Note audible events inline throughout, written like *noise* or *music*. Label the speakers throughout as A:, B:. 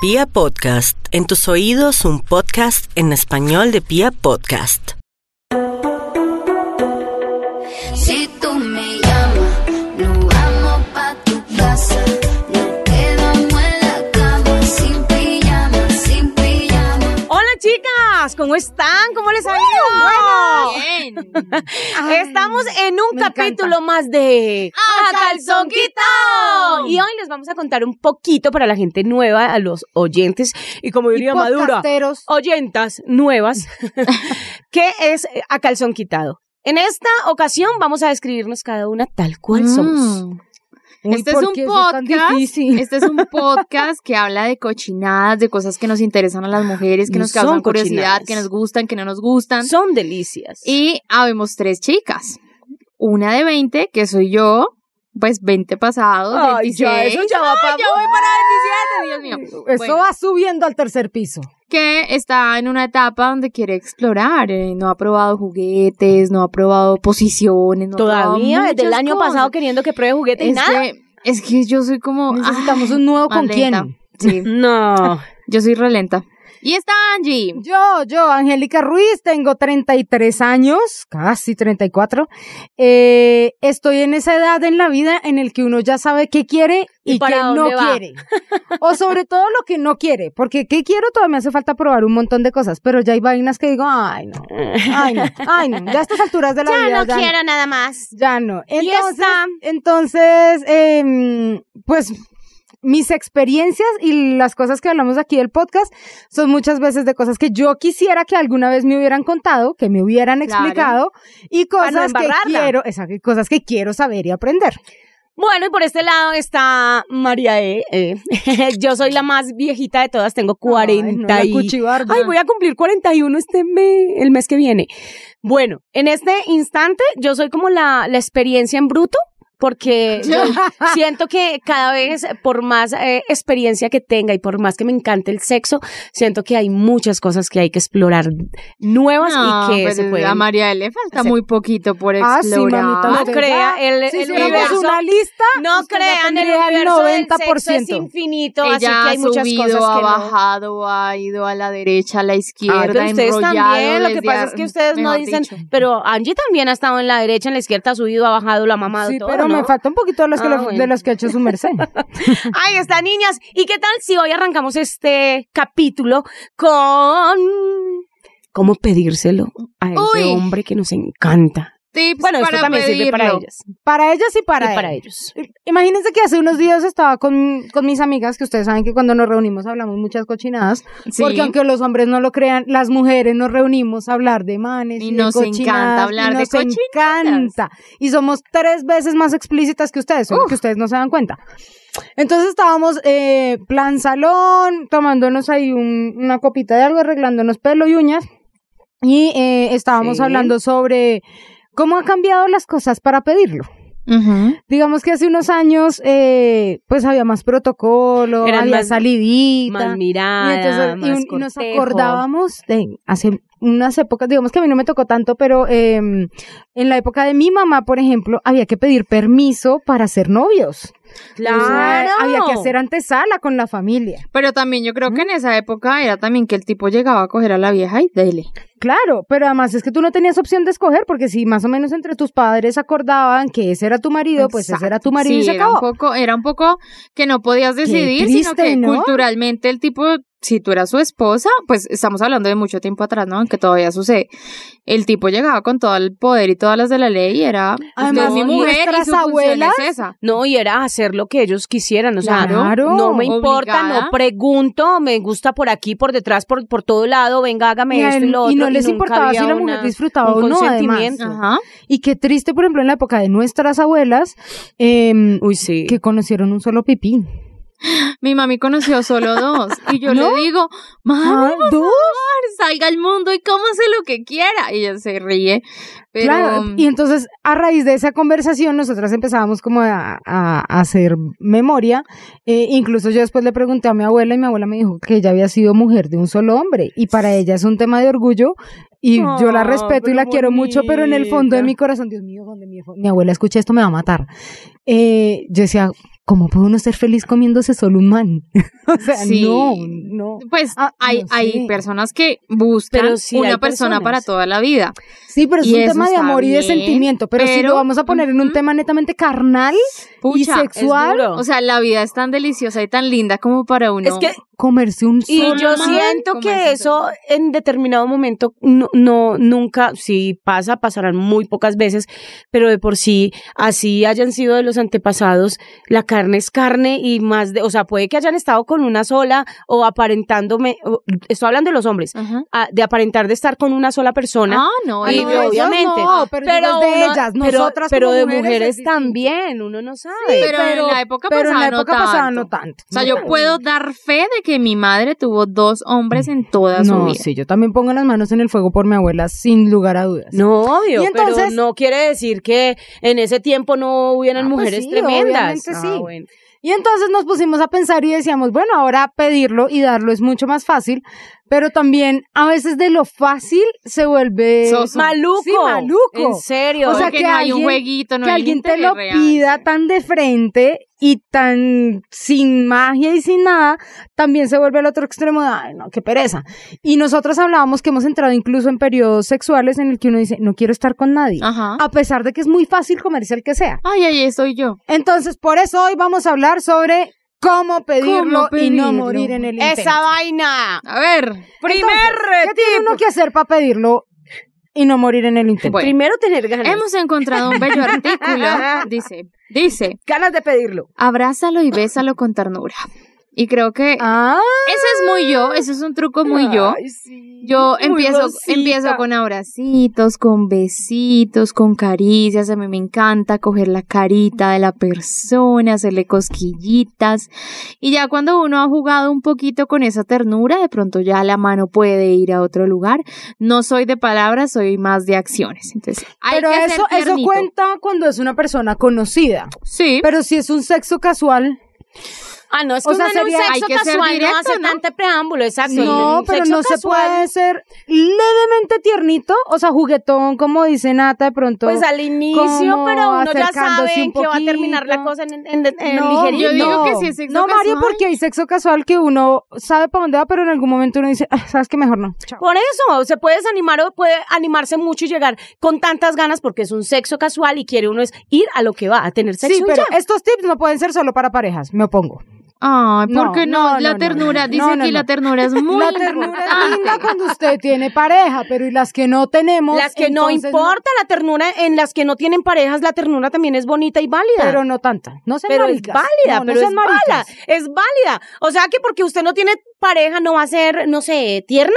A: Pia Podcast, en tus oídos un podcast en español de Pia Podcast.
B: Si tú me llamas, nos vamos pa' tu casa. Nos quedamos en la cama sin pijama, sin pijama.
C: Hola chicas, ¿cómo están? ¿Cómo
D: Uh,
C: les ha ido? Ay, Estamos en un
D: me encanta.
C: capítulo más de
B: ¡A calzón quitao!
C: Y hoy les vamos a contar un poquito para la gente nueva, a los oyentes y como
D: Y
C: diría Maduro,
D: podcasteros.
C: oyentas
D: *laughs*
C: nuevas, ¿qué es eh, a calzón quitado? En esta ocasión vamos a describirnos cada una tal cual somos.
D: Mm.
E: Uy,
D: Este es
E: ¿por
D: un
E: qué eso es tan
D: podcast.
E: difícil?
D: Este es
C: *laughs*
D: un podcast que habla de cochinadas, de cosas que nos interesan a las mujeres, que
C: No
D: nos causan
C: son
D: curiosidad,
C: cochinadas.
D: que nos gustan, que no nos gustan.
C: Son delicias.
D: Y habemos tres chicas. Una de 20, que soy yo, pues 20 pasados,
C: Ay, ya,
D: 26.
C: eso ya va para
D: Ya voy para 27, Dios mío.
E: Eso
D: Bueno.
E: va subiendo al tercer piso.
D: que está en una etapa donde quiere explorar. eh, no ha probado juguetes, no ha probado posiciones. No ha probado
C: Todavía desde el
D: muchas
C: año
D: cosas.
C: pasado queriendo que pruebe juguete y
D: es
C: nada. Ah,
D: que, es que yo soy como.
E: Necesitamos
D: ay,
E: un nuevo
D: más
E: con quién.
D: lenta. Sí, *laughs*
C: No.
D: yo soy relenta. Y está Angie.
E: *laughs* Yo, yo, Angélica Ruiz, tengo 33 años, casi 34. Eh, estoy en esa edad en la vida en el que uno ya sabe qué quiere
C: ¿Y
E: y,
C: para
E: qué no
C: dónde va?
E: quiere. O sobre todo lo que no quiere, porque qué quiero todavía me hace falta probar un montón de cosas, pero ya hay vainas que digo, ay no, ay no, ay no, ya a estas
C: *laughs*
E: alturas de la vida. ya no.
C: nada más.
E: Ya no.
C: Y
E: Entonces,
C: está-
E: entonces em, pues mis experiencias y las cosas que hablamos aquí del podcast son muchas veces de cosas que yo quisiera que alguna vez me hubieran contado, que me hubieran
D: Claro.
E: explicado y
C: Para no
E: cosas que
C: embarrarla.
E: quiero, exacto, y cosas que quiero saber y aprender.
C: Bueno, y por este lado está María E. eh. *laughs* Yo soy la más viejita de todas, tengo 40
E: Ay, no, la
C: y...
E: cuchibarba.
C: Ay, voy a cumplir 41 este mes, el mes que viene. Bueno, en este instante yo soy como la, la experiencia en bruto, porque
E: *laughs*
C: yo siento que cada vez, por más eh, experiencia que tenga y por más que me encante el sexo, siento que hay muchas cosas que hay que explorar nuevas
D: No,
C: y que
E: pues,
D: pero
C: se pueden...
D: a María le falta
C: hacer.
D: muy poquito por
E: Ah,
D: explorar.
E: sí, mamita,
C: No
E: ¿verdad?
C: crea, el-
E: si
C: el
E: hiciéramos
C: universo-
E: una lista,
C: No
E: usted ya
C: crean, el
E: tendría
C: universo del sexo
E: 90%.
C: es infinito, así
D: Ella
C: que hay
D: ha
C: muchas
D: subido,
C: cosas
D: ha
C: que no.
D: bajado, ha ido a la derecha, a la izquierda,
C: Ay, pero Ah, ustedes
D: enrollado,
C: también, lo que
D: desviar-
C: pasa es que ustedes no
D: mejor
C: dicen,
D: dicho.
C: pero Angie también ha estado en la derecha, en la izquierda, ha subido, ha bajado, la ha mamado
E: sí,
C: todo, ¿no?
E: pero me falta un poquito de los, que
C: Ah,
E: lo-
C: bueno.
E: de los que ha hecho
C: *laughs*
E: su merced.
C: Ahí está, niñas. ¿Y qué tal si hoy arrancamos este capítulo con cómo pedírselo a ese
D: Uy.
C: hombre que nos encanta?
D: Tips
C: Bueno, esto
D: para
C: también sirve para
D: pedirlo.
C: ellas.
E: para ellas y para
C: y para
E: él.
C: ellos.
E: Imagínense que hace unos días estaba con, con mis amigas, que ustedes saben que cuando nos reunimos hablamos muchas cochinadas,
D: Sí.
E: porque aunque los hombres no lo crean, las mujeres nos reunimos a hablar de manes.
D: Y
E: de
D: nos encanta
E: cochinadas,
D: hablar
E: y
D: de
E: nos
D: cochinadas.
E: encanta. Y somos tres veces más explícitas que ustedes, solo que ustedes no se dan cuenta. Entonces estábamos eh, plan salón, tomándonos ahí un- una copita de algo, arreglándonos pelo y uñas. Y eh, estábamos
C: Sí.
E: hablando sobre cómo han cambiado las cosas para pedirlo
D: Ujú.
E: digamos que hace unos años, eh, pues había más protocolo,
C: Eran
E: había
C: más-
E: salidita.
C: Más mirada,
E: y entonces y
C: más
E: un- y nos
C: cortejo.
E: acordábamos de hace unas épocas, digamos que a mí no me tocó tanto, pero eh, en la época de mi mamá, por ejemplo, había que pedir permiso para ser novios. O sea,
C: Claro.
E: había que hacer antesala con la familia.
D: Pero también yo creo que en esa época era también que el tipo llegaba a coger a la vieja y dele.
E: Claro, pero además es que tú no tenías opción de escoger, porque si más o menos entre tus padres acordaban que ese era tu marido, pues ese era tu marido
D: Sí,
E: y se
D: era un
E: acabó.
D: poco, era un poco que no podías decidir, sino
E: triste,
D: que
E: ¿no?
D: culturalmente el tipo, si tú eras su esposa, pues estamos hablando de mucho tiempo atrás, ¿no? Aunque todavía sucede. El tipo llegaba con todo el poder y todas las de la ley y era
E: Además,
D: "Usted es mi mujer y
E: nuestras
D: su abuelas.
E: abuelas-
D: es esa.
C: No, y era hacer lo que ellos quisieran, o sea,
E: Claro,
C: no me importa,
D: obligada.
C: no pregunto, me gusta por aquí, por detrás, por, por todo lado, venga, hágame
E: Y a
C: esto y
E: él-
C: lo otro.
E: y no les
C: nunca
E: importaba
C: había
E: si la
C: una-
E: mujer disfrutaba
C: un
E: o no, además.
C: consentimiento.
D: Ajá.
E: Y qué triste, por ejemplo, en la época de nuestras abuelas, em,
C: Uy, sí.
E: que conocieron un solo pipí.
D: Mi mami conoció
E: *laughs*
D: solo dos. Y yo
E: ¿No?
D: le digo, mami,
E: Ah, dos,
D: salga al mundo y cómase lo que quiera. Y ella se ríe. Pero, mm,
E: claro. Y entonces, a raíz de esa conversación, nosotras empezábamos como a, a- a hacer memoria. Eh, incluso yo después le pregunté a mi abuela y mi abuela me dijo que ella había sido mujer de un solo hombre. Y para ella es un tema de orgullo. Y yo la
C: Ah,
E: respeto y
C: pero
E: la quiero mucho, pero en el fondo de
C: bonita.
E: mi corazón, Dios mío, donde mi, mi abuela escucha esto me va a matar. Eh, yo decía, ¿cómo puede uno ser feliz comiéndose solo un man? *laughs* o sea,
D: Sí.
E: no, no.
D: Pues
E: Ah,
D: hay,
E: no
D: hay
E: sé.
D: personas que buscan
C: Pero sí hay
D: una persona
C: personas.
D: para toda la vida.
E: Sí, pero es
D: Y
E: un
D: eso
E: tema de
D: está
E: amor y de
D: bien,
E: sentimiento. Pero, si
D: pero-
E: lo vamos a poner en un
D: Ujú.
E: tema netamente carnal y
D: Pucha,
C: es
E: sexual,
C: duro.
D: o sea, la vida es tan deliciosa y tan linda como para uno.
C: Es que
E: comerse un
C: Y
E: solo
C: yo
D: man,
C: siento
D: como
C: que
D: es un
C: eso en determinado momento no, no nunca, si pasa, pasarán muy pocas veces, pero de por sí, así hayan sido de los antepasados, la carne es carne y más de, o sea, puede que hayan estado con una sola o aparentándome, o- estoy hablando de los hombres,
D: Ajá.
C: a- de aparentar de estar con una sola persona.
D: Ah, no,
E: Ah,
C: Y
E: no,
D: ellos-
E: ellos
C: obviamente.
E: no, pero, digo, es de
C: uno-
E: ellas,
C: pero-
E: nosotras
C: pero
E: como
C: de
E: mujeres,
C: mujeres
E: es
C: también, uno no sabe.
D: pero, en la época
E: pero en
D: pasada
E: la
D: no
E: época pasada
D: tanto.
E: no tanto.
D: O sea,
E: no
D: yo
E: tanto.
D: puedo dar fe de que mi madre tuvo dos hombres en toda su
E: No,
D: vida.
E: sí, yo también pongo las manos en el fuego por mi abuela, sin lugar a dudas.
C: No, obvio,
E: Y entonces-
C: pero no quiere decir que en ese tiempo no hubieran
E: Ah, pues
C: mujeres
E: sí,
C: tremendas.
E: obviamente
C: Ah,
E: sí.
C: bueno.
E: Y entonces nos pusimos a pensar y decíamos, bueno, ahora pedirlo y darlo es mucho más fácil, pero también a veces de lo fácil se vuelve
D: Sos-
C: Maluco.
E: Pues, Sí, maluco.
C: En serio.
E: O sea,
D: Porque
E: que
D: no hay un
E: alguien-
D: jueguito, no
E: que
D: hay un
E: alguien te lo
D: interés real.
E: pida tan de frente y tan sin magia y sin nada, también se vuelve al otro extremo de, ay, no, qué pereza. Y nosotros hablábamos que hemos entrado incluso en periodos sexuales en el que uno dice, no quiero estar con nadie,
D: Ajá.
E: a pesar de que es muy fácil comerse el que sea.
D: Ay, ahí estoy yo.
E: Entonces, por eso hoy vamos a hablar sobre cómo pedirlo, y
D: pedirlo?
E: no morir en el intento.
C: esa vaina.
D: A ver.
C: Primer
E: ¿Qué tiene uno que hacer para pedirlo y no morir en el intento?
D: Bueno.
C: Primero tener ganas.
D: Hemos encontrado un bello
E: *laughs*
D: artículo. Dice, dice,
C: ganas de pedirlo.
D: abrázalo y bésalo con ternura. Y creo que
E: Ah,
D: ese es muy yo, ese es un truco muy yo.
E: ay, sí.
D: Yo
E: Muy
D: empiezo,
E: rosita.
D: empiezo con abracitos, con besitos, con caricias. A mí me encanta coger la carita de la persona, hacerle cosquillitas. Y ya cuando uno ha jugado un poquito con esa ternura, de pronto ya la mano puede ir a otro lugar. No soy de palabras, soy más de acciones. Entonces, hay
E: Pero
D: que
E: eso,
D: ser
E: eso
D: tiernito.
E: cuenta cuando es una persona conocida.
D: Sí.
E: Pero si es un sexo casual,
C: Ah, no, es que
E: O sea,
C: uno en un
E: sería-
C: sexo
D: hay que ser
C: casual
D: directo,
C: no hace
D: ¿no?
C: tanto preámbulo, exacto.
D: Sí.
E: no,
C: Un
E: pero
C: sexo
E: no se
C: casual,
E: puede ser levemente tiernito, o sea, juguetón, como dice Nata de pronto.
C: Pues al inicio,
E: como
C: pero uno ya sabe
E: acercándose un
C: en que va a terminar la
E: poquito.
C: cosa en, en, en
D: Yo
C: ligerito.
D: digo que sí es sexo
E: No, Mario,
D: casual.
E: porque hay sexo casual que uno sabe para dónde va, pero en algún momento uno dice, "Ah, sabes que mejor no. Chao.
C: Por eso, se puede desanimar o puede animarse mucho y llegar con tantas ganas porque es un sexo casual y quiere uno es ir a lo que va, a tener sexo
E: Sí,
C: y
E: pero
C: ya.
E: estos tips no pueden ser solo para parejas, me opongo.
D: Ay,
E: No,
D: ¿por qué no?
E: no,
D: la
E: no, no,
D: ternura,
E: no,
D: dice
E: no,
D: aquí
E: no.
D: la ternura es muy
E: la ternura es
D: importante.
E: linda cuando usted tiene pareja, pero y las que no tenemos.
C: Las que no
E: entonces
C: importa la ternura, en las que no tienen parejas, la ternura también es bonita y válida.
E: pero no tanta. No sean
C: Pero
E: maricas.
C: es válida,
E: No, no
C: pero
E: sean
C: es
E: maricas.
C: válida, es válida. O sea que porque usted no tiene pareja no va a ser, no sé, tierna.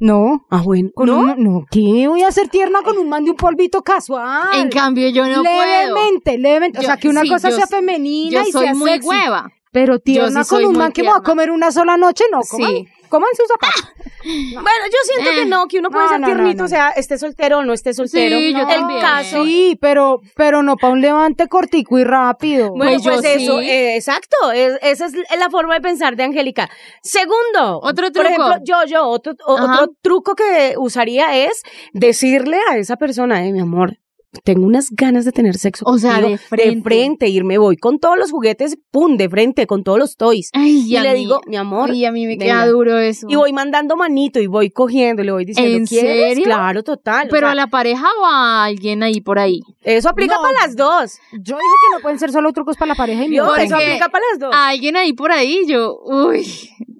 E: No.
C: Ah, bueno,
E: Con
C: ¿no?
E: una- no, ¿qué? Voy a ser tierna con un man de un polvito casual.
D: En cambio, yo no puedo.
E: levemente, levemente. O
D: Yo-
E: sea, que una
D: sí,
E: cosa
D: yo
E: sea
D: sí-
E: femenina
D: Yo
E: y
D: soy
E: sea
D: muy
E: sexy.
D: hueva.
E: Pero tierna
D: sí
E: con
D: soy
E: un
D: muy
E: man que me va a
D: tierna.
E: comer una sola noche, no. Coman,
D: Sí.
E: coman sus zapatos.
C: Bueno, yo siento
D: Eh.
C: que no, que uno puede
E: No,
C: ser
E: no, no,
C: tiernito,
E: no.
C: o sea, esté soltero o no esté soltero.
D: Sí, yo
C: El
D: también.
C: caso.
E: Sí, pero, pero no para un levante cortico y rápido.
C: Bueno,
D: Pues
C: pues,
D: yo sí.
C: eso, eh, exacto, es- esa es la forma de pensar de Angélica. Segundo,
D: Otro
C: por
D: truco.
C: ejemplo, yo, yo, otro, o-
D: Ajá.
C: otro truco que usaría es decirle a esa persona, eh, mi amor, tengo unas ganas de tener sexo
D: O sea,
C: contigo,
D: de frente.
C: frente, irme voy con todos los juguetes, pum, de frente, con todos los toys.
D: Ay,
C: Y,
D: a
C: le
D: mí-
C: digo, mi amor,
D: Y a mí me
C: venga.
D: queda duro eso.
C: y voy mandando manito y voy cogiendo y le voy diciendo,
D: ¿En
C: ¿quieres?
D: serio?
C: Claro, total. o
D: Pero
C: sea,
D: a la pareja o a alguien ahí por ahí.
C: Eso aplica
E: No.
C: para las dos.
E: Yo dije que no pueden ser solo trucos para la pareja y mi
C: Dios,
D: Porque-
C: eso aplica para las dos.
D: A alguien ahí por ahí, yo, uy,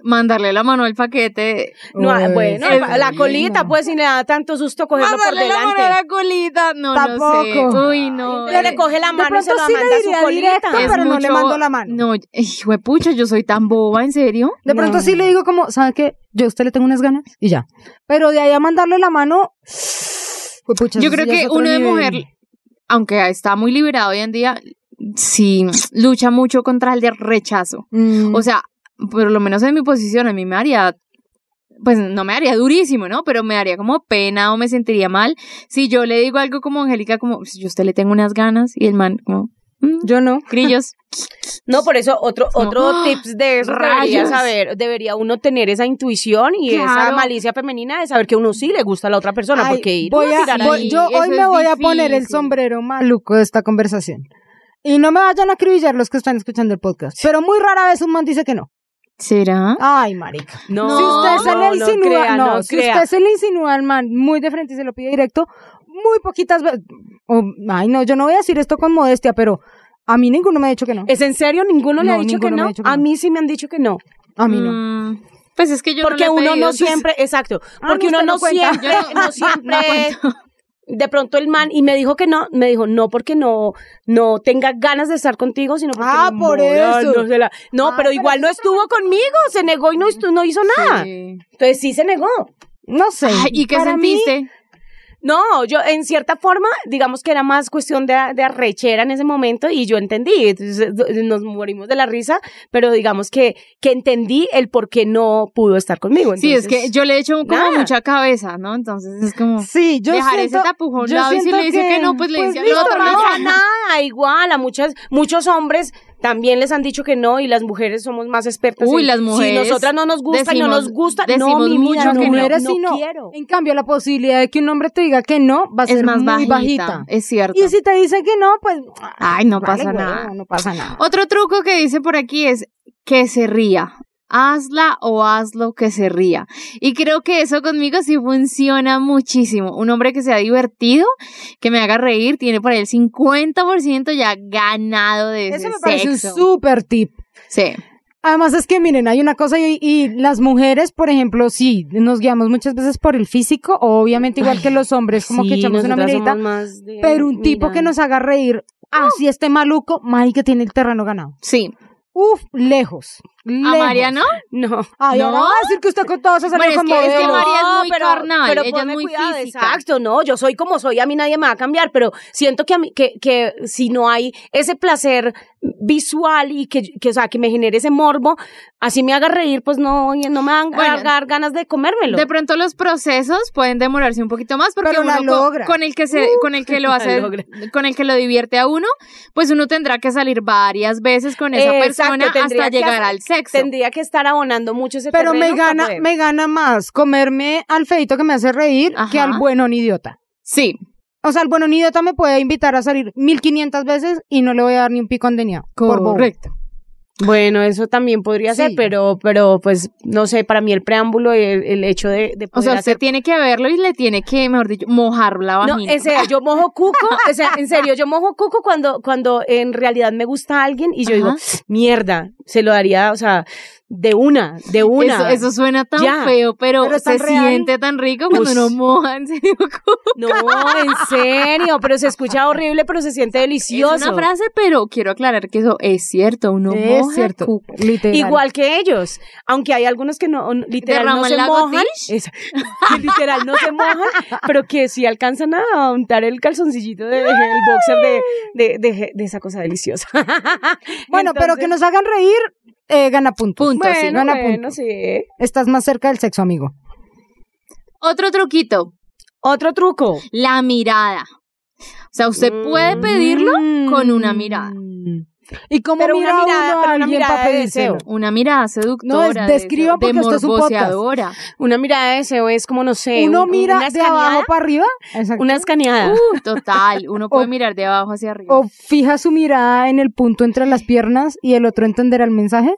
D: mandarle la mano al paquete.
C: No, ah,
E: Uy,
C: bueno,
E: sí,
C: la colita,
E: no.
C: pues, si le da tanto susto cogerlo por
D: Mandarle la mano a
C: delante.
D: la colita. No, no sé.
E: Tampoco.
D: Uy, no.
C: Pero le coge la
E: De
C: mano y se
E: pronto
C: lo
E: sí le
C: manda a su
E: diría
C: colita.
E: directo,
D: Es
E: pero no le
D: mucho-
E: mando la mano.
D: No, hijo de pucha, yo soy tan boba, ¿en serio?
E: De pronto
C: No.
E: sí le digo como, ¿sabe qué? Yo a usted le tengo unas ganas y ya. Pero de ahí a mandarle la mano, *sighs* pues, pucha,
D: Yo
E: eso
D: creo
E: sí ya
D: que
E: es otro
D: uno de
E: nivel.
D: mujer, aunque está muy liberado hoy en día, sí lucha mucho contra el de rechazo.
E: Mm.
D: O sea, por lo menos en mi posición, a mí me haría, pues no me haría durísimo, ¿no? Pero me haría como pena o me sentiría mal si yo le digo algo como Angélica, como "Pues, yo a usted le tengo unas ganas y el man como
E: *laughs*
D: "Mm,
E: yo no.
D: grillos.
C: No, por eso otro,
D: Como,
C: otro
D: ¡Ah!
C: tips de eso debería
D: ¡Rayos!
C: saber, debería uno tener esa intuición y esa
D: Claro.
C: malicia femenina de saber que uno sí le gusta a la otra persona,
E: Ay,
C: porque ir
E: voy
C: uno
E: a-
C: tirar
E: voy-
C: ahí.
E: yo
D: eso
E: hoy
D: es
E: me voy a poner el
D: difícil.
E: sombrero maluco de esta conversación. Y no me vayan a acribillar los que están escuchando el podcast. Pero muy rara vez un man dice que no.
D: ¿Será?
E: Ay, marica.
C: No,
E: si usted se le
C: no
E: insinúa,
C: crea,
E: no,
C: no
E: si
C: crea.
E: usted se le insinúa al man muy de frente y se lo pide directo, muy poquitas veces. ay, no, yo no voy a decir esto con modestia, pero a mí ninguno me ha dicho que no.
C: ¿Es en serio? ¿Ninguno le ha
E: No,
C: dicho que
E: ninguno me
C: no?
E: ha dicho que
C: a
E: no.
C: mí sí me han dicho que no.
E: A mí no.
D: Mm, pues es que yo
C: porque
D: no
C: uno
D: le he pedido,
C: no
D: entonces- *laughs*
C: siempre, exacto,
E: Ah,
C: porque
E: no,
C: uno
E: usted
C: no,
E: no cuenta.
C: siempre,
D: Yo no-
C: *laughs* no siempre,
D: no cuento.
C: de pronto el man y me dijo que no, me dijo no porque no, no tenga ganas de estar contigo, sino porque
E: Ah,
C: no,
E: por
C: no,
E: eso.
C: no se la- no,
E: Ah,
C: pero
E: pero
C: igual no estuvo conmigo, se negó y no, estu- no hizo nada,
D: Sí.
C: entonces sí se negó.
E: No sé.
D: Ay, ¿Y qué
E: Para mí,
D: sentiste?
C: No, yo en cierta forma, digamos que era más cuestión de, de arrechera en ese momento y yo entendí, entonces do- nos morimos de la risa, pero digamos que, que entendí el por qué no pudo estar conmigo.
D: sí, es
C: entonces-
D: que yo le he hecho como
C: nada.
D: mucha cabeza, ¿no? Entonces es como
E: Sí, yo
D: dejar
E: siento,
D: ese tapujón a un
E: yo
D: lado y si
E: siento
D: le dice que, no, pues le dice al
E: listo,
D: otro,
C: no
D: no.
C: pasa nada, igual a muchas, muchos hombres también les han dicho que no y las mujeres somos más expertas.
D: Uy,
C: en-
D: las mujeres
C: Si nosotras no nos gusta y no
D: decimos-
C: nos gusta, no,
D: decimos
C: mi
D: mucho
C: vida,
E: Las
C: no,
D: que no,
E: mujeres
C: no
E: sí no.
C: quiero.
E: En cambio, la posibilidad de que un hombre te diga que no va a
D: es
E: ser
D: más
E: muy
D: bajita,
E: bajita.
D: es cierto.
E: Y si te dice que no, pues
D: Ay, no
E: vale,
D: pasa
E: huevo,
D: nada.
E: No pasa nada.
D: Otro truco que dice por aquí es que se ría. Hazla o hazlo que se ría. Y creo que eso conmigo sí funciona muchísimo. Un hombre que sea divertido, que me haga reír, tiene por ahí el 50% ya ganado de ese
E: Eso me parece un
D: sexo.
E: súper tip.
D: Sí.
E: Además es que miren, hay una cosa y, y las mujeres, por ejemplo, sí, nos guiamos muchas veces por el físico, obviamente igual que los hombres, como que
C: Sí,
E: echamos una
C: nosotras
E: miradita,
C: somos más de-
E: pero un tipo que
C: mira.
E: nos haga reír,
D: Ah.
E: así este maluco, May que tiene el terreno ganado.
D: Sí.
E: Uf, lejos.
D: ¿A
E: lejos.
D: María no?
C: *laughs* No.
E: Ay, ahora
D: ¿No?
E: va a decir que usted con todo se salió
D: Bueno, es
E: con
D: que- es que
E: modelos.
D: María es muy
C: pero,
D: carnal,
C: pero
D: ella es
C: ponme
D: muy
C: cuidado,
D: física.
C: Exacto, no, yo soy como soy, a mí nadie me va a cambiar, pero siento que a mí, que, que si no hay ese placer visual y que, que, o sea, que me genere ese morbo, así me haga reír, pues no, no me van
D: Bueno,
C: a dar ganas de comérmelo.
D: De pronto los procesos pueden demorarse un poquito más porque
E: Pero
D: uno
E: la
D: co-
E: logra.
D: con el que se con el que lo
C: la
D: hace
C: logra.
D: con el que lo divierte a uno, pues uno tendrá que salir varias veces con esa
C: Exacto,
D: persona
C: tendría
D: hasta
C: que
D: llegar
C: hacer-
D: al sexo.
C: Tendría que estar abonando mucho ese
E: Pero me
C: terreno pues. para
E: gana,
C: poder.
E: me gana más comerme al feito que me hace reír que
D: Ajá.
E: al bueno idiota.
D: Sí,
E: O sea, el bueno idiota me puede invitar a salir 1500 veces y no le voy a dar ni un pico andeniado. por bobo.
D: correcto.
C: Bueno, eso también podría ser,
E: Sí.
C: pero, pero pues, no sé, para mí el preámbulo y el, el hecho de, de
D: O
C: poder
D: sea,
C: hacer
D: usted tiene que verlo y le tiene que, mejor dicho, mojar la
C: No,
D: vagina.
C: en serio, yo mojo *laughs* cuco, o sea, en serio, yo mojo cuco cuando, cuando en realidad me gusta alguien y yo digo,
D: Ajá.
C: mierda, se lo daría, o sea, de una, de una.
D: Eso, eso suena tan
C: Ya.
D: feo, pero,
E: Pero es
D: se
E: tan real.
D: siente tan rico cuando
C: Ush.
D: uno moja, en serio. *laughs* como-
C: No, en serio, pero se escucha horrible, pero se siente delicioso.
D: Es una frase, pero quiero aclarar que eso es cierto, uno
E: es
D: moja
E: cierto.
D: cuco.
E: Literal.
C: Igual que ellos, aunque hay algunos que no, literal, no
D: ¿Derraman
C: se
D: la
C: mojan,
D: gotish?
C: Esa- *laughs* que literal no se mojan, pero que sí alcanzan a untar el calzoncillito del boxer de, de, de- de esa cosa *laughs* deliciosa.
E: Bueno, pero que nos hagan reír, eh, gana puntos.
D: Punto, sí,
E: gana
C: bueno,
E: puntos.
C: sí.
E: Estás más cerca del sexo, amigo.
D: Otro truquito,
C: Otro truco.
D: la mirada. O sea, usted puede
C: Mm.
D: pedirlo con una mirada.
E: Mm. ¿Y cómo
C: Pero una
E: mira
C: mirada,
E: uno a
C: pero una
E: alguien
C: mirada
E: para
C: de
E: pedírselo?
C: deseo.
D: Una mirada seductora.
E: No,
D: de-
E: describan
D: de
E: porque esto es un podcast. *laughs*
D: morboseadora.
C: Una mirada de deseo es como, no sé,
E: Uno
C: un-
E: mira
C: una
E: de abajo
C: escaneada.
E: para arriba exacto,
C: Una escaneada.
D: Uh, total. Uno puede
E: O-
D: mirar de abajo hacia arriba.
E: o fija su mirada en el punto entre las piernas y el otro entenderá el mensaje.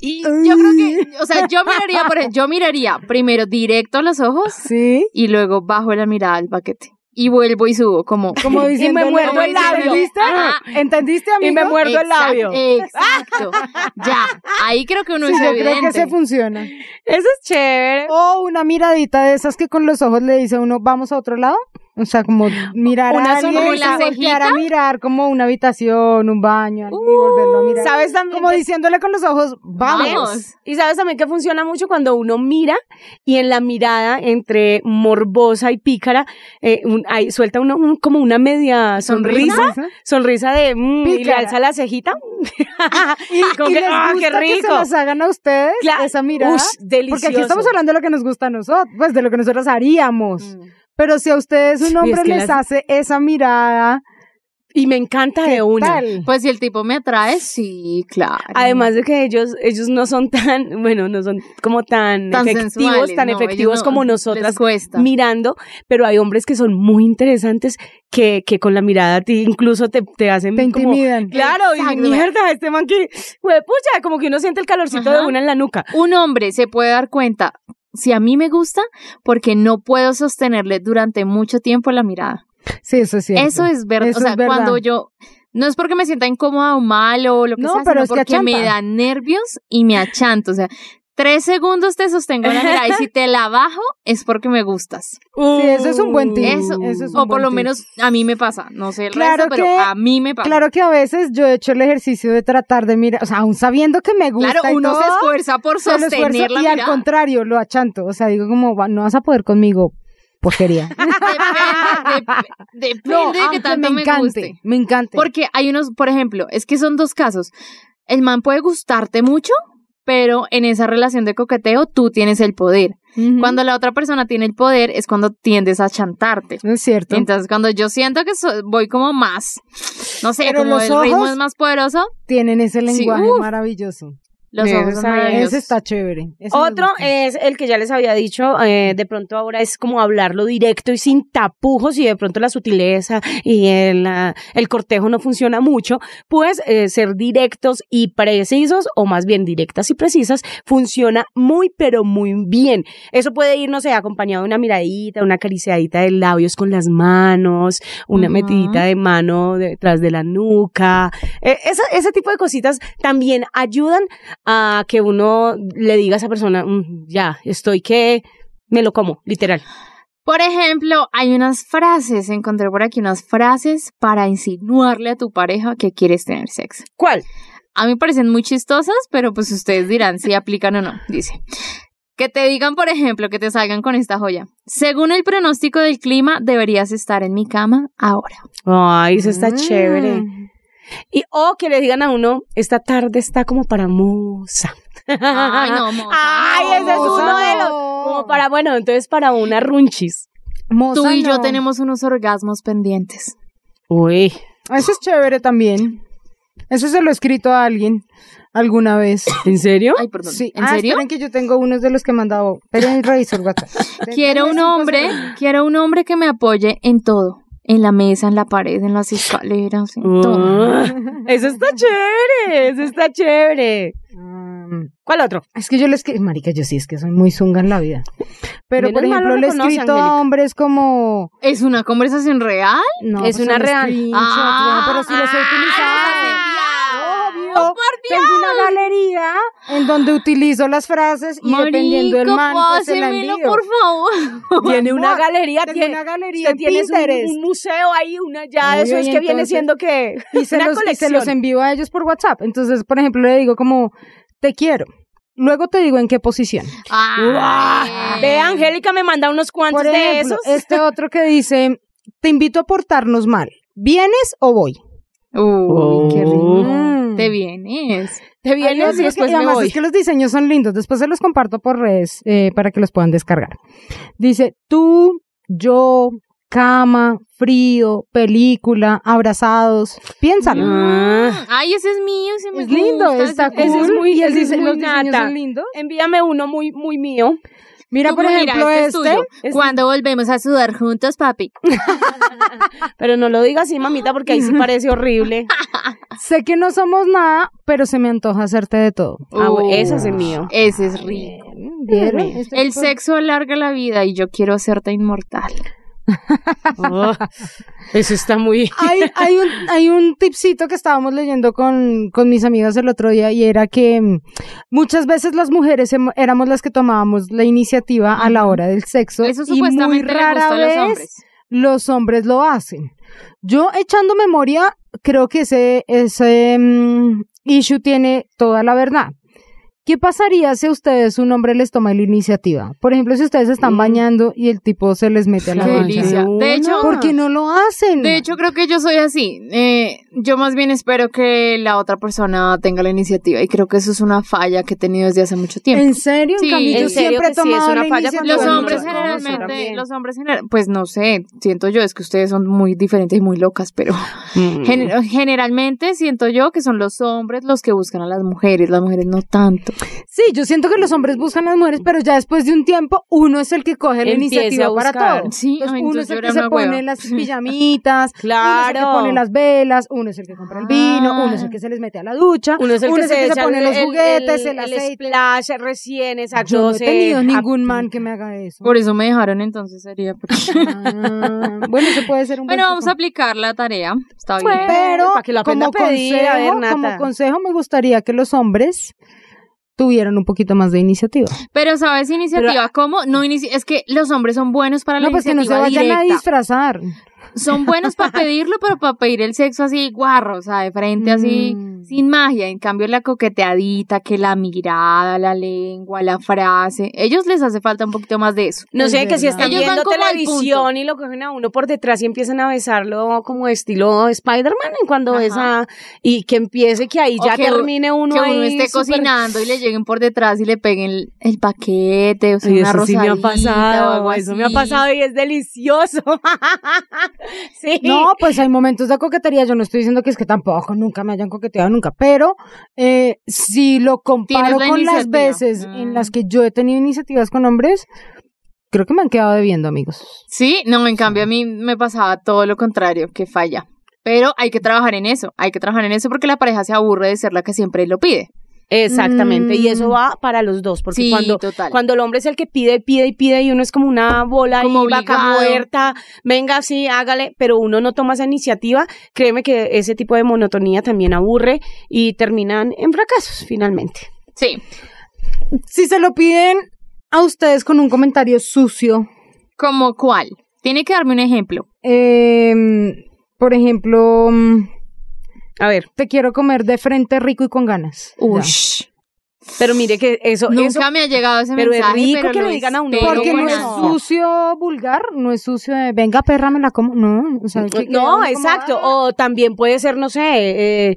D: Y yo creo que, o sea, yo miraría, por ejemplo, yo miraría primero directo a los ojos
E: Sí.
D: y luego bajo la mirada al paquete. Y vuelvo y subo, como.
E: Como diciendo,
C: muerdo el labio.
E: ¿entendiste?
D: Ajá.
E: ¿Entendiste, amigo?
C: Y me muerdo el
D: Exact-
C: labio.
D: Exacto. Ya. Ahí creo que uno
E: Sí,
D: es
E: yo
D: evidente.
E: creo que se funciona.
C: Eso es chévere.
E: O una miradita de esas que con los ojos le dice a uno, vamos a otro lado. O sea, como mirar
D: Una
E: a alguien,
D: sonrisa.
E: y voltear a mirar como una habitación, un baño, alguien, y volverlo a mirar.
C: Uh, ¿Sabes también?
E: Como
C: que-
E: diciéndole con los ojos, vamos.
D: Vamos.
C: Y sabes también que funciona mucho cuando uno mira y en la mirada entre morbosa y pícara eh, un- ahí suelta uno un- como una media sonrisa,
D: ¿Sonrisa?
C: sonrisa, de mm, y le
E: Pícara.
C: alza la cejita. *laughs* Como
E: *laughs* Y
C: que,
E: les
C: ¡ah, qué
E: gusta que se
C: rico!
E: las hagan a ustedes
C: Cla-
E: esa mirada.
C: Ush, delicioso.
E: porque aquí estamos hablando de lo que nos gusta a nosotros, pues de lo que nosotros haríamos.
D: Mm.
E: Pero si a ustedes un
C: Y es
E: hombre
C: que
E: les
C: las-
E: hace esa mirada
C: Y me encanta de una.
E: Tal.
D: Pues si el tipo me atrae, sí, claro.
C: Además de que ellos, ellos no son tan, *laughs* bueno, no son como tan,
D: Tan
C: efectivos,
D: sensuales,
C: tan
D: no, ellos
C: efectivos
D: no-
C: como
D: les
C: nosotras
D: cuesta.
C: mirando, pero hay hombres que son muy interesantes que, que con la mirada a ti incluso te, te hacen
E: Te
C: como,
E: intimidan.
C: Claro, y
D: Exacto.
C: mierda, este man que, güey, pucha, como que uno siente el calorcito
D: Ajá.
C: de una en la nuca.
D: un hombre se puede dar cuenta si a mí me gusta porque no puedo sostenerle durante mucho tiempo la mirada.
E: Sí, eso es cierto.
D: Eso es verdad.
E: Eso
D: O sea,
E: es verdad.
D: cuando yo no es porque me sienta incómoda o mal o lo que
E: No,
D: sea,
E: pero
D: sino
E: es que
D: porque me
E: achanta.
D: da nervios y me achanto. O sea, tres segundos te sostengo la mirada y
E: *laughs*
D: si te la bajo es porque me gustas.
E: Sí, eso es un buen
C: Eh,
E: tip.
D: Eso,
E: eso es un
D: o por
E: buen
D: lo
E: tip.
D: menos a mí me pasa. No sé el
E: Claro
D: resto, pero
E: que-
D: a mí me pasa.
E: Claro que a veces yo he hecho el ejercicio de tratar de mirar, o sea, aún sabiendo que me gusta
D: Claro,
E: y
D: uno
E: todo,
D: se esfuerza por
E: yo lo esfuerzo
D: sostener la
E: y
D: mirada. *laughs*
E: al contrario lo achanto, o sea, digo como "Va, no vas a poder conmigo,
D: *laughs*
E: porquería.
D: Depende, de- depende de
E: no,
D: que
E: aunque
D: tanto
E: me
D: me,
E: encante,
D: guste.
E: me encante.
D: Porque hay unos, por ejemplo, es que son dos casos. El man puede gustarte mucho, pero en esa relación de coqueteo tú tienes el poder.
E: Ujú.
D: Cuando la otra persona tiene el poder es cuando tiendes a chantarte.
E: es cierto.
D: Entonces, cuando yo siento que so- voy como más, no sé,
E: Pero
D: como
E: los
D: el ritmo
E: ojos-
D: es más poderoso,
E: Tienen ese lenguaje
D: uf.
E: maravilloso.
D: los
C: Eso
D: ojos
C: está-
D: son maravillosos.
E: Ese está chévere. ese me
C: Otro
E: gusta.
C: es el que ya les había dicho, eh, de pronto ahora es como hablarlo directo y sin tapujos y de pronto la sutileza y el, ah, el cortejo no funciona mucho, pues eh, ser directos y precisos o más bien directas y precisas funciona muy pero muy bien. Eso puede ir, no sé, acompañado de una miradita, una acariciadita de labios con las manos, una
D: Ujú.
C: metidita de mano detrás de la nuca. Eh, esa- ese tipo de cositas también ayudan a que uno le diga a esa persona, "Mm, ya, estoy que me lo como, literal.
D: Por ejemplo, hay unas frases, encontré por aquí unas frases para insinuarle a tu pareja que quieres tener sexo.
C: ¿Cuál?
D: A mí me parecen muy chistosas, pero pues ustedes dirán si aplican o no, dice. Que te digan, por ejemplo, que te salgan con esta joya. Según el pronóstico del clima, deberías estar en mi cama ahora.
C: Ay, eso está chévere.
D: Mm.
C: Y o que le digan a uno, esta tarde está como para moza.
D: Ay, no, moza,
C: *laughs* Ay,
D: no,
C: ese es
D: moza,
C: uno de
D: no.
C: los. Como para, bueno, entonces para una runchis.
E: Moza,
D: Tú y yo
E: no.
D: tenemos unos orgasmos pendientes.
C: Uy.
E: Eso es chévere también. Eso se lo he escrito a alguien alguna vez.
C: ¿En serio?
D: Ay, perdón.
E: Sí.
D: ¿En
E: Ah,
D: serio?
E: esperen que yo tengo unos de los que he mandado. Esperen, reviso
C: *laughs*
E: el WhatsApp.
D: Quiero un hombre, quiero un hombre que me apoye en todo. En la mesa, en la pared, en las escaleras, en todo.
C: Ah, eso está chévere, eso está chévere.
E: Mm,
C: ¿Cuál otro?
E: Es que yo les escribo, marica, yo sí es que soy muy zunga en la vida. Pero por
C: Menos mal no
E: ejemplo, le he
C: reconoce,
E: escrito
C: Angélica.
E: a hombres como
D: ¿Es una conversación real?
E: no, pues,
C: Es una
E: son
C: real.
E: screenshots,
D: Ah,
E: weón, pero si los he utilizado.
D: ah,
E: Obvio.
D: ¡Oh, por
E: Tengo una galería en donde utilizo las frases y dependiendo del man pues se la
D: pásemelo,
E: envío.
D: por favor.
C: Tiene una
E: amor,
C: galería,
E: Tengo
C: tiene,
E: una galería
C: usted
E: en
C: tiene un,
E: Pinterest.
C: un museo ahí, una ya,
E: Obvio,
C: eso es
E: y
C: que viene
E: entonces-
C: siendo que
E: y se,
C: una
E: los, y se
C: colección.
E: los envío a ellos por WhatsApp. Entonces, por ejemplo, le digo como, te quiero. Luego te digo en qué posición. Ah.
D: Ay.
C: Ah, Ve, Angélica me manda unos cuantos
E: Por
C: de
E: ejemplo,
C: esos.
E: este otro que dice, te invito a portarnos mal. ¿Vienes o voy?
D: Uy, qué
C: Oh.
D: rico.
E: Mm.
D: Te vienes.
C: Te
E: Hay
C: vienes
E: otro
C: y
E: que-
C: después
E: y
C: me
E: además
C: voy.
E: es que los diseños son lindos. Después se los comparto por redes eh, para que los puedan descargar. Dice, tú, yo, cama, frío, película, abrazados. Piénsalo.
C: Ah.
D: Ay, ese es mío, ese me
E: Es lindo,
D: gusta,
E: está
D: ese-
E: Mm,
C: ese
E: cool.
C: es muy-
E: y el
C: ese es
E: dise-
C: muy
E: los diseños
C: nata.
E: son lindos.
C: Envíame uno muy, muy mío.
E: Mira,
D: Tú,
E: por
D: mira,
E: ejemplo,
D: este es
E: este.
D: tuyo.
C: este-
D: Cuando volvemos a sudar juntos,
E: *laughs*
D: papi.
C: Pero no lo digas así, mamita, porque
E: *laughs*
C: ahí sí parece horrible.
E: Sé que no somos nada, pero se me antoja hacerte de todo.
C: Ah, bueno, ese es
D: Uy,
C: el mío.
D: *laughs* Ese es rico.
E: ¿Vieron? Esto
D: El
E: fue-
D: sexo alarga la vida y yo quiero hacerte inmortal.
C: Oh, eso está *laughs* muy...
E: hay, hay, un, hay un tipcito que estábamos leyendo con, con mis amigas el otro día y era que mm, muchas veces las mujeres em- éramos las que tomábamos la iniciativa a la hora del sexo
D: Eso
E: y muy
D: supuestamente le
E: rara
D: gusta a
E: vez
D: los hombres.
E: los hombres lo hacen. Yo echando memoria, creo que ese, ese mm, issue tiene toda la verdad. ¿Qué pasaría si a ustedes un hombre les toma la iniciativa? Por ejemplo, si ustedes están bañando y el tipo se les mete a la
D: Qué
E: mancha.
D: delicia. De hecho,
E: ¿Por qué no lo hacen?
D: De hecho, creo que yo soy así. Eh, yo más bien espero que la otra persona tenga la iniciativa y creo que eso es una falla que he tenido desde hace mucho tiempo.
E: ¿En serio? En
D: Sí.
E: cambio, yo
D: En
C: serio
E: siempre he
C: que sí, es
E: tomado
C: una
E: la
C: falla porque
E: iniciativa.
D: Los
E: en
D: hombres
E: muchas cosas.
D: generalmente,
C: también.
D: los hombres general, pues no sé, siento yo, es que ustedes son muy diferentes y muy locas, pero gen- generalmente siento yo que son los hombres los que buscan a las mujeres, las mujeres no tanto.
E: Sí, yo siento que los hombres buscan a las mujeres, pero ya después de un tiempo, uno es el que coge la
C: Empieza
E: iniciativa
C: a
E: para
C: buscar.
E: todo.
D: Sí,
E: Entonces,
D: ay,
E: uno
D: entonces
E: es el
D: yo
E: que
D: era
E: se
D: una
E: pone
D: hueva. *laughs*
E: las pijamitas, uno es el que
C: Claro.
E: pone las velas, uno es el que compra el vino,
D: Ah.
E: uno es el que se les mete a la ducha,
C: Uno es el que, se, echa
E: pone
C: el-
E: los
C: el-
E: juguetes, el,
C: el,
E: aceite.
C: splash recién, exacto. ah,
E: Yo no he
C: se-
E: tenido
C: a-
E: ningún man que me haga
C: *laughs*
E: eso.
D: Por eso me dejaron entonces sería.
E: *laughs*
D: porque-
E: Ah, bueno, eso puede ser un buen
D: Bueno, vamos a
E: truco.
D: aplicar la tarea. Está bien.
E: Pero
C: para que lo aprenda
E: como,
C: a pedir,
E: consejo,
C: a ver, Nata.
E: como consejo me gustaría que los hombres tuvieran un poquito más de iniciativa.
D: Pero sabes iniciativa cómo? No inici- es que los hombres son buenos para la
E: No, pues que no se
D: iniciativa
E: vayan a
D: directa.
E: disfrazar.
D: Son buenos
E: *laughs*
D: para pedirlo, pero para pedir el sexo así guarro, o sea, de frente así
E: Mm.
D: sin magia. En cambio la coqueteadita, que la mirada, la lengua, la frase, ellos les hace falta un poquito más de eso.
C: No
E: Es
C: sé, que si
E: verdad.
C: están
D: Ellos van
C: viendo
D: como al punto.
C: televisión y lo cogen a uno por detrás y empiezan a besarlo como estilo Spider-Man en cuando
D: Ajá.
C: besa y que empiece que ahí
D: O
C: ya
D: que-
C: termine uno
D: que uno
C: ahí
D: esté
C: súper-
D: cocinando y le lleguen por detrás y le peguen el, el paquete, o sea,
C: Ay,
D: una
C: eso sí me
D: rosadita
C: ha
D: o algo
C: pasado, eso me ha
D: así.
C: pasado y es delicioso. sí.
E: No, pues hay momentos de coquetería. Yo no estoy diciendo que es que tampoco nunca me hayan coqueteado nunca, pero eh, si lo comparo
D: Tienes la
E: con las
D: iniciativa.
E: veces
C: Ah.
E: en
D: Mm.
E: las que yo he tenido iniciativas con hombres, creo que me han quedado debiendo, amigos.
D: Sí, no, en cambio a mí me pasaba todo lo contrario, que falla. Pero hay que trabajar en eso, hay que trabajar en eso porque la pareja se aburre de ser la que siempre lo pide.
C: Exactamente, y eso
E: Mm.
C: va para los dos, porque
D: Sí,
C: cuando,
D: total.
C: cuando el hombre es el que pide, pide y pide, y uno es como una bola
D: Como
C: y vaca
D: obligado.
C: muerta, venga, sí, hágale, pero uno no toma esa iniciativa, créeme que ese tipo de monotonía también aburre y terminan en fracasos finalmente.
D: Sí.
E: Si se lo piden a ustedes con un comentario sucio,
D: ¿Como cuál? Tiene que darme un ejemplo.
E: em, por ejemplo, mm,
C: A ver,
E: te quiero comer de frente rico y con ganas.
D: Uy.
E: Ya.
C: pero mire que eso,
D: Nunca
C: eso
D: me ha llegado ese
C: pero es
D: mensaje,
C: rico
D: pero
C: que
D: lo
C: le digan a uno,
D: espero
E: Porque
D: con
E: no es
D: ansia.
E: sucio vulgar, no es sucio de venga perra me la como, no, o sea, que quede uno
C: no,
E: como,
C: exacto,
E: "Ah".
C: o también puede ser, no sé, eh,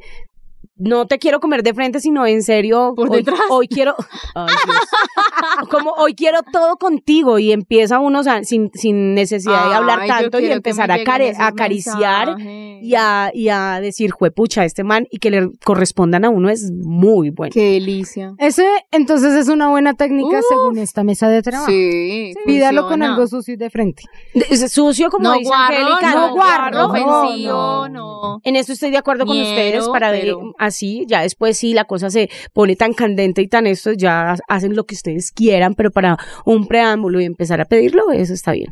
C: no te quiero comer de frente, sino en serio,
D: Por
C: hoy,
D: detrás.
C: hoy
D: *laughs*
C: quiero, Ay, Dios. *laughs* como hoy quiero todo contigo y empieza uno o sea, sin, sin necesidad de hablar
D: Ay, yo
C: tanto y
D: quiero que
C: empezar
D: me
C: a
D: lleguen
C: care-
D: esos
C: a acariciar
D: mensajes.
C: y a, y a decir, juepucha, este man y que le correspondan a uno es muy bueno.
D: Qué delicia.
E: Ese entonces es una buena técnica
D: Uf.
E: según esta mesa de trabajo.
D: Sí.
E: Pídalo con
D: funciona.
E: algo sucio y de frente.
C: Es sucio como
D: no
C: dice
D: guarro,
C: Angélica,
D: no,
E: no
D: guarro,
E: guarro, no,
D: ofensivo,
E: no.
D: no.
C: En eso estoy de acuerdo con
D: Miedo,
C: ustedes para ver
D: pero-
C: eh, así, ya después si la cosa se pone tan candente y tan esto, ya hacen lo que ustedes quieran, pero para un preámbulo y empezar a pedirlo, eso está bien.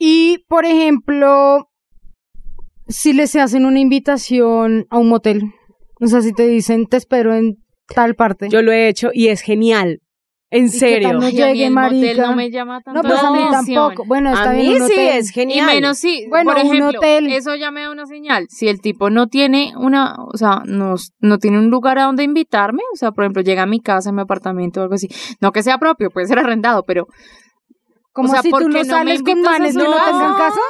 E: Y por ejemplo, si les hacen una invitación a un motel, o sea, si te dicen te espero en tal parte.
C: Yo lo he hecho y es genial. En
E: qué
C: serio.
E: tal no
D: Ay, a mí
E: llegue,
D: el motel
E: marica.
D: No me llama tanto
E: no, pues a mí
D: la atención.
E: tampoco. Bueno, está
C: a
E: bien
C: mí
E: un
C: sí
E: hotel.
C: es
D: Y
C: genial.
D: menos si,
E: Bueno,
D: por
E: un
D: ejemplo,
E: hotel.
D: eso ya me da una señal. Si el tipo no tiene una, o sea, no, no tiene un lugar a donde invitarme, o sea, por ejemplo, llega a mi casa, a mi apartamento o algo así. No que sea propio, puede ser arrendado, pero
E: Como
D: o sea,
E: si
D: ¿por
E: tú
D: qué no
E: no
D: me
E: sales con
D: invitas a
E: manes
D: su
E: que no
D: casa?
E: tengan casa,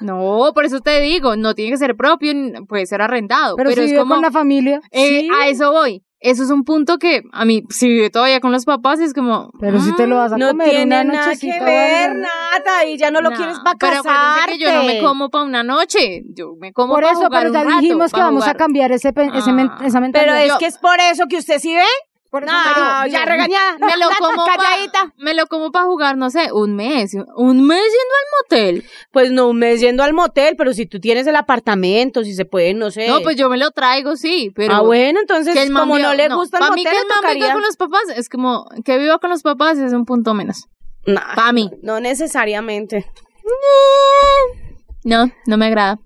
D: no, por eso te digo, no tiene que ser propio, ni- puede ser arrendado.
E: pero,
D: Pero,
E: si
D: es
E: vive
D: como,
E: con la familia.
D: eh,
E: sí.
D: a eso voy. Eso es un punto que a mí, si vive todavía con los papás, es como. "Ah,
E: Pero si te lo vas a
C: no
E: comer
C: tiene
E: una
C: nada
E: nochecita.
C: que
E: o algo.
C: ver, nada, y ya no lo
D: Nah,
C: quieres para
D: Pero acuérdense
C: casarte.
D: que yo no me como para una noche. Yo me como
E: Por
D: para
E: eso,
D: jugar
E: pero
D: un
E: ya
D: rato,
E: dijimos que
D: pa'
E: vamos a
D: jugar.
E: cambiar ese, pe- ese men-
D: Ah.
E: esa
C: Pero
E: mentalidad.
C: es
D: Yo-
C: que es por eso que usted sí ve.
E: Por eso
C: No,
E: me digo,
C: ya regañada.
D: *laughs* me
C: *laughs*
D: lo como pa-
C: calladita.
D: me lo como para jugar, no sé, un mes, un mes yendo al motel.
C: Pues no, un mes yendo al motel, pero si tú tienes el apartamento, si se puede, no sé.
D: No, pues yo me lo traigo, sí, pero
C: ah, bueno, entonces,
D: que el man
C: como
D: viva-
C: no le gusta el
D: pa' mí
C: motel,
D: que
C: le
D: el man viva
C: tocaría.
D: con los papás es como que viva con los papás es un punto menos.
C: Nah,
D: Pa' mí.
C: No necesariamente.
D: No, no me agrada.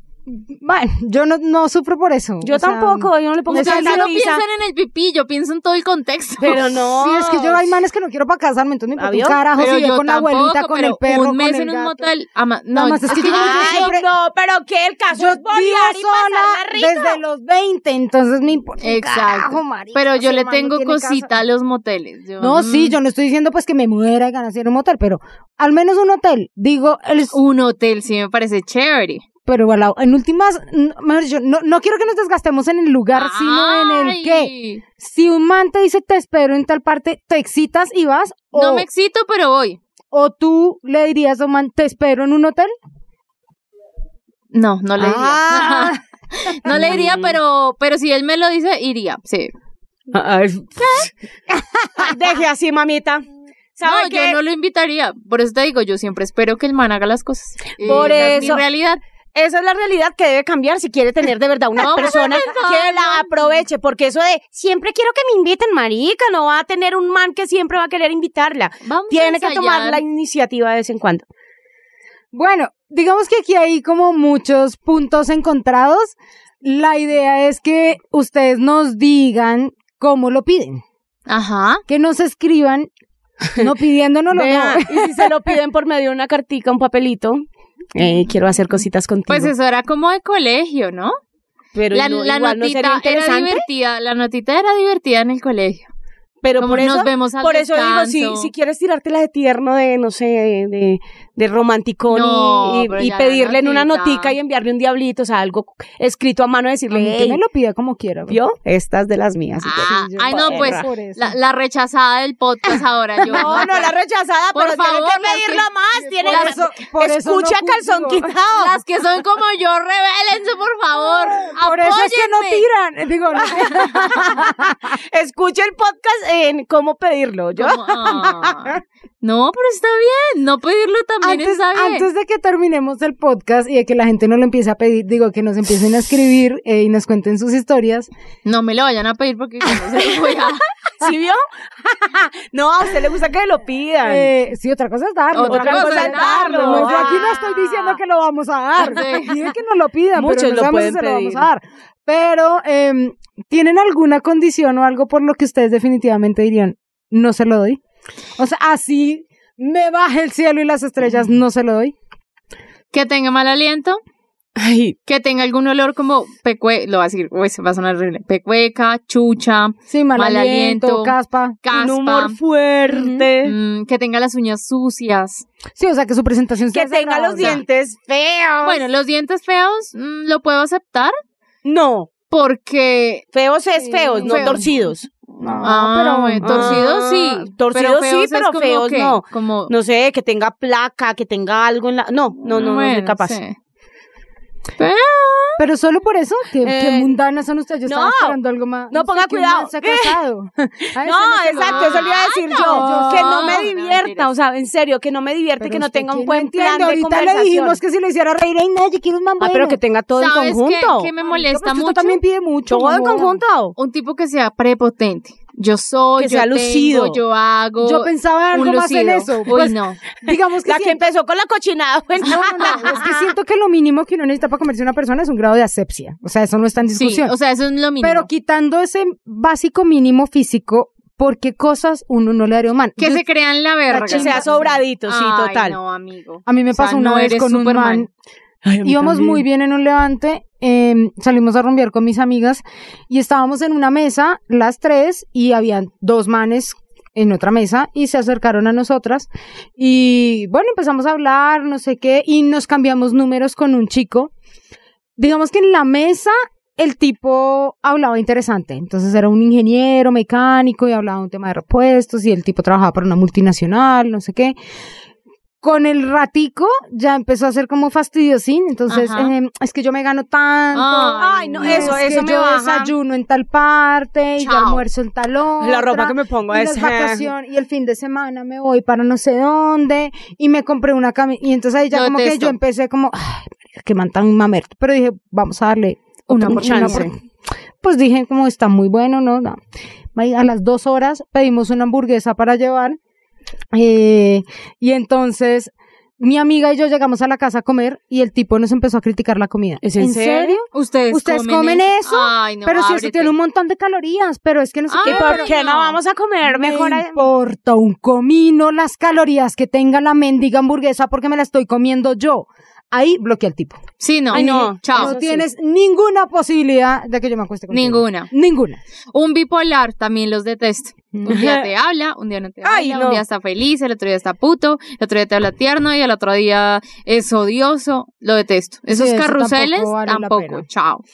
E: Bueno, yo no, no sufro por eso.
C: Yo
E: o sea,
C: tampoco, yo no le pongo
D: Ustedes
C: tanta
D: solo
C: pizza.
D: piensan en el pipí, yo pienso en todo el contexto.
C: Pero no.
E: Sí, es que yo hay manes que no quiero para casarme, entonces me importa
C: ¿Vio?
E: un carajo
D: Pero
E: si yo con la
D: tampoco,
E: abuelita, con el
D: pero
E: perro,
D: un mes
E: con el
D: en un
E: gato.
D: motel. ama- no,
E: Nada más, es que yo-
D: ah,
C: Ay,
E: siempre-
C: no, pero que el caso
E: Yo
C: es volar y
E: vivo sola
C: pasarla rico.
E: desde los 20, entonces me importa un
D: Exacto.
E: carajo, marica,
D: pero yo
E: si
D: le
E: el man no
D: tengo
E: tiene
D: cosita
E: casa.
D: a los moteles. Yo,
E: No, sí,
D: mm,
E: yo no estoy diciendo pues que me muera y ganas en un motel, pero al menos un hotel. Digo, el,
D: Un hotel sí me parece chévere.
E: pero bueno, en últimas, n- mejor dicho, no, no quiero que nos desgastemos en el lugar, sino en el qué.
D: Ay,
E: Si un man te dice te espero en tal parte, te excitas y vas, o,
D: No me excito, pero voy.
E: o tú le dirías a un man te espero en un hotel.
D: No, no le diría.
E: Ah.
D: *laughs* no le
E: *laughs*
D: diría, pero, pero si él me lo dice, iría. Sí.
E: *laughs*
C: Deje así, mamita. ¿Sabe
D: No,
C: qué?
D: yo no lo invitaría. Por eso te digo, yo siempre espero que el man haga las cosas. Eh,
C: Por
D: Esa Es mi
C: eso.
D: realidad.
C: Esa es la realidad que debe cambiar si quiere tener de
D: *laughs*
C: verdad una
D: No,
C: persona que la aproveche, porque eso de siempre quiero que me inviten, marica, no va a tener un man que siempre va a querer invitarla.
D: Vamos a
C: Tiene que tomar
D: ensayar.
C: la iniciativa de vez en cuando.
E: Bueno, digamos que aquí hay como muchos puntos encontrados. La idea es que ustedes nos digan cómo lo piden,
D: Ajá.
E: que nos escriban, *laughs* no pidiéndonoslo.
C: Vea,
E: no.
C: Y si se lo piden por medio de una cartica, un papelito, eh, quiero hacer cositas contigo.
D: Pues eso era como de colegio, ¿no?
C: pero
D: la,
C: no-
D: la
C: igual no
D: notita
C: sería
D: era
C: interesante.
D: divertida, la notita era divertida en el colegio.
C: pero
D: como
C: por
D: nos
C: eso,
D: vemos al
C: por eso digo, si,
D: descanso.
C: si quieres tirártela de tierno, de no sé, de, de, de romanticón y-
D: No,
C: y,
D: pero
C: y
D: ya la
C: pedirle en una
D: notita.
C: notica y enviarle un diablito, o sea, algo escrito a mano, decirle,
E: A mí que
C: "Ey,
E: me lo pida como quiera. pues. güey.
C: ¿vio? Estas de las mías.
D: Ah, ay, no,
E: por
D: pues,
E: eso, por eso.
D: La, la rechazada del podcast ahora. Yo,
C: No, no, la rechazada,
D: Por
C: pero
D: favor,
C: tiene que pedirla más. Tiene
E: Por
C: que-
E: eso- por eso
C: Escucha
E: no
C: calzón
E: juzgo.
C: quitado.
D: Las que son como yo, revélense, por favor.
E: Por eso es que no
D: apóyenme.
E: tiran. Eh, *laughs* Digo, no.
C: Escucha el podcast en cómo pedirlo.
D: *laughs*
C: Yo.
D: Como, ah. No, pero está bien. No pedirlo también
E: antes,
D: está bien.
E: antes de que terminemos el podcast y de que la gente nos lo empiece a pedir, digo, que nos empiecen a escribir eh, y nos cuenten sus historias.
D: No me lo vayan a pedir porque yo no se lo voy a. *laughs*
C: ¿Sí vio? *laughs* no, a usted le gusta que lo pidan.
E: Eh, sí, otra cosa es darlo.
D: Otra cosa es darlo.
E: No, yo aquí no
D: Ah.
E: estoy diciendo que lo vamos a dar. *laughs*
D: Sí.
E: Piden que nos lo pidan,
C: Muchos
E: pero no
C: lo
E: sabemos si
C: pueden
E: se lo vamos
C: pedir.
E: a dar. Pero, eh, ¿tienen alguna condición o algo por lo que ustedes definitivamente dirían, no se lo doy? O sea, así me baje el cielo y las estrellas, no se lo doy.
D: Que tenga mal aliento.
C: Ay,
D: Que tenga algún olor como pecue, lo va a decir, uy, se va a sonar horrible. Pecueca, chucha,
E: Sí, mal,
D: Mal
E: aliento,
D: aliento.
E: caspa.
D: caspa.
C: un humor fuerte.
D: Mm, que tenga las uñas sucias.
E: Sí, o sea, que su presentación sea
C: Que tenga los
E: desagradable.
C: dientes feos.
D: Bueno, los dientes feos mm, lo puedo aceptar
C: no,
D: porque
C: feos es feos, no
D: Feo.
C: torcidos.
E: No,
D: ah,
E: pero
D: bueno, torcidos
C: Ah,
D: sí,
C: torcidos sí,
D: feos es
C: pero
D: como
C: feos
D: que-
C: no.
D: Como
C: No sé, que tenga placa, que tenga algo en la. No, no, no, no soy
D: Bueno,
C: capaz.
D: sí. Pero-
E: Pero solo por eso, que,
C: Eh,
E: mundanas son ustedes. Yo estaba
C: no.
E: esperando algo más.
C: No, ponga
E: que un
C: cuidado.
E: man se
C: *laughs*
E: ha casado. *laughs* A
C: No,
E: ese se lo
C: exacto,
E: doy.
C: eso le iba a decir
D: no.
C: yo. Que no me
D: No,
C: divierta,
D: mentiras.
C: o sea, en serio, que no me divierte,
E: Pero
C: que no
E: usted
C: tenga
E: quién
C: un buen
E: no entiende,
C: plan de
E: Ahorita le dijimos
C: conversación.
E: que si le hiciera reír, ay, nadie quiere un man
C: Ah,
E: bueno.
C: pero que tenga todo en
D: ¿Sabes qué?
C: conjunto.
D: qué me molesta
E: Pero es que
D: mucho?
E: usted también pide mucho.
C: Todo en
E: amor.
C: conjunto.
D: Un tipo que sea prepotente. Yo soy,
C: Que
D: yo
C: sea
D: tengo,
C: lucido.
D: yo hago.
E: Yo pensaba
D: un
E: algo más en
D: lucido.
E: eso.
D: Uy,
E: Pues,
D: no.
E: Digamos que
C: La que
E: siento-
C: empezó con la cochinada. bueno.
E: No, no, no, es que siento que lo mínimo que uno necesita para convertirse en una persona es un grado de asepsia. O sea, eso no está en
D: Sí,
E: discusión.
D: o sea, eso es lo mínimo.
E: pero quitando ese básico mínimo físico, ¿por qué cosas uno no le haría a un man?
D: que
E: Yo-
D: se crean la
C: *laughs*
D: verga.
C: Que sea sobradito, sí,
D: Ay,
C: total.
D: no, amigo.
E: A mí me
D: O sea,
E: pasó una
D: no
E: vez
D: eres
E: con un
D: Superman.
E: man íbamos muy bien en un levante, eh, salimos a rumbear con mis amigas y estábamos en una mesa, las tres, y habían dos manes en otra mesa y se acercaron a nosotras y bueno, empezamos a hablar, no sé qué, y nos cambiamos números con un chico. Digamos que en la mesa el tipo hablaba interesante, entonces era un ingeniero mecánico y hablaba un tema de repuestos y el tipo trabajaba para una multinacional, no sé qué con el ratico ya empezó a ser como fastidiosín, entonces
D: Ajá.
E: em, es que yo me gano tanto.
D: Ay,
C: Ay, no,
E: y
C: eso,
E: es
C: eso
E: que
C: me
E: yo
C: baja.
E: desayuno en tal parte y yo
D: Chao.
E: almuerzo en tal otra.
C: La ropa que me pongo
E: y
C: es. eh,
E: las vacaciones, y el fin de semana me voy para no sé dónde y me compré una camisa y entonces ahí ya
D: Lo
E: como que
D: detesto.
E: yo empecé como ay, marica, que man tan mamerto, pero dije, vamos a darle
C: Una
E: otro-
C: chance.
E: por- Pues dije, como está muy bueno, no, no. Ay, A las dos horas pedimos una hamburguesa para llevar eh, y entonces mi amiga y yo llegamos a la casa a comer y el tipo nos empezó a criticar la comida.
C: ¿Es en serio?
D: Ustedes,
E: Ustedes comen eso,
D: Pues Ay, no,
E: pero si eso
D: ábrete.
E: tiene un montón de calorías, pero es que no sé qué.
C: ¿Y por qué no vamos a comer mejor?
E: me
C: a-
E: importa un comino las calorías que tenga la mendiga hamburguesa porque me la estoy comiendo yo. Ahí bloquea al tipo.
D: Sí, no.
C: Ay, no.
D: Chao.
C: Eso
E: no
C: sí.
E: tienes ninguna posibilidad de que yo me acueste contigo.
D: Ninguna.
E: Ninguna.
D: Un bipolar también los
E: *laughs*
D: detesto. Un día te habla, un día no te
C: Ay,
D: habla,
C: no.
D: un día está feliz, el otro día está puto, el otro día te habla tierno y el otro día es odioso. Lo detesto. Esos
E: Sí, eso
D: carruseles
E: tampoco
D: tampoco.
E: vale la pena.
D: Chao.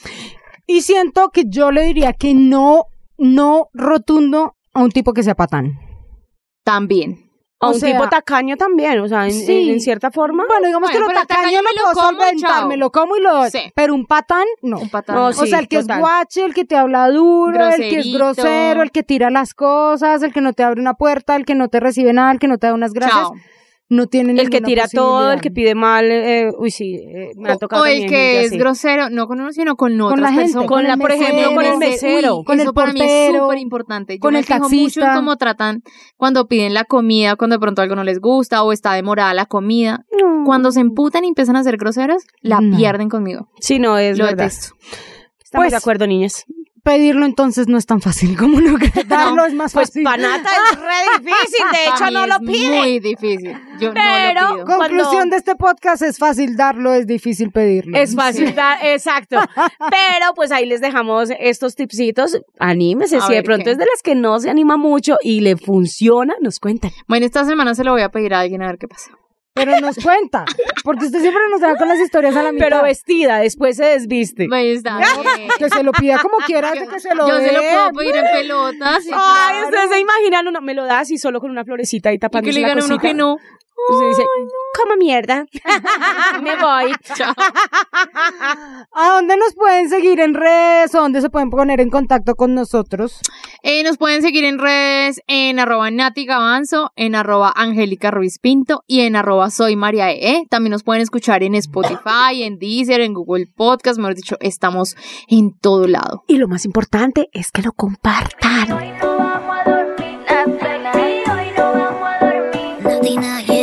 E: Y siento que yo le diría que no, no rotundo a un tipo que sea patán.
D: También.
C: A
E: o
C: un
E: sea-
C: tipo tacaño también, o sea, en,
E: Sí.
C: en- en cierta forma.
E: Bueno, digamos
D: Bueno, pero
E: que lo
D: el tacaño
E: tacaño lo
D: me lo
E: puedo
D: como,
E: solventar,
D: chao.
E: me lo como y lo doy.
D: Sí.
E: Pero un patán, no.
D: Un patán.
C: No,
D: no.
C: sí.
E: o sea, el que
C: total.
E: es guache, el que te habla duro, el que es
D: Groserito.
E: grosero, el que tira las cosas, el que no te abre una puerta, el que no te recibe nada, el que no te da unas gracias,
D: Chao.
E: no tiene
C: El que
E: ninguna
C: tira todo, el
E: posibilidad.
C: que pide mal, eh, uy, sí, eh, me ha
D: O-
C: tocado
D: o el
C: también
D: que
C: gente
D: es
C: así.
D: grosero, no con uno, sino con
E: con
D: otras
E: la gente,
D: personas.
C: Con la-
E: el
C: por ejemplo,
E: mesero,
C: con el mesero,
E: con
D: eso
E: el
D: para mí es
E: portero,
D: súper importante. Yo
E: con
D: me
E: el
D: fijo mucho en
E: taxista.
D: cómo tratan cuando piden la comida, cuando de pronto algo no les gusta o está demorada la comida. Cuando se emputan y empiezan a ser groseras, la
E: No.
D: pierden conmigo.
C: Sí, no, es
D: Lo
C: verdad.
D: detesto.
C: Estamos
E: Pues-
C: de acuerdo, niñas.
E: pedirlo entonces no es tan fácil
D: *laughs*
E: como lo que darlo es más
C: Pues
E: fácil.
C: panata es *laughs* re difícil, de
D: Para
C: hecho
D: mí
C: no
D: es
C: lo pide.
D: Muy difícil. Yo
C: Pero-
D: no lo pido.
E: Conclusión
C: cuando-
E: de este podcast es fácil darlo, es difícil pedirlo.
C: Es fácil, dar- *laughs* exacto. Pero pues ahí les dejamos estos tipsitos. Anímese,
D: A
C: si de
D: ver
C: pronto
D: qué.
C: es de las que no se anima mucho y le funciona, nos cuentan.
D: Bueno, esta semana se lo voy a pedir a alguien a ver qué pasa.
E: Pero nos cuenta, porque usted siempre nos da con las historias a la mitad.
C: Pero vestida, después se desviste.
D: Ahí está. bien.
E: que se lo pida como quiera, que se lo
D: *laughs* Yo se lo
E: dé.
D: puedo pedir en pelotas.
C: *laughs*
D: sí,
C: Ay,
D: claro.
C: ustedes se imaginan, uno, me lo das y solo con una florecita y
D: Y que
C: tapándose
D: le
C: la
D: digan a uno
C: cosita.
D: que no.
C: Usted dice, como *laughs* mierda, me voy.
D: Chao.
E: ¿A dónde nos pueden seguir en redes? ¿O dónde se pueden poner en contacto con nosotros?
D: Eh, nos pueden seguir en redes en arroba Nati Gavanzo, en arroba Angélica Ruiz Pinto y en arroba Soy María E. También nos pueden escuchar en Spotify, en Deezer, en Google Podcast. Mejor dicho, estamos en todo lado.
C: Y lo más importante es que lo compartan.
B: Latina, yeah.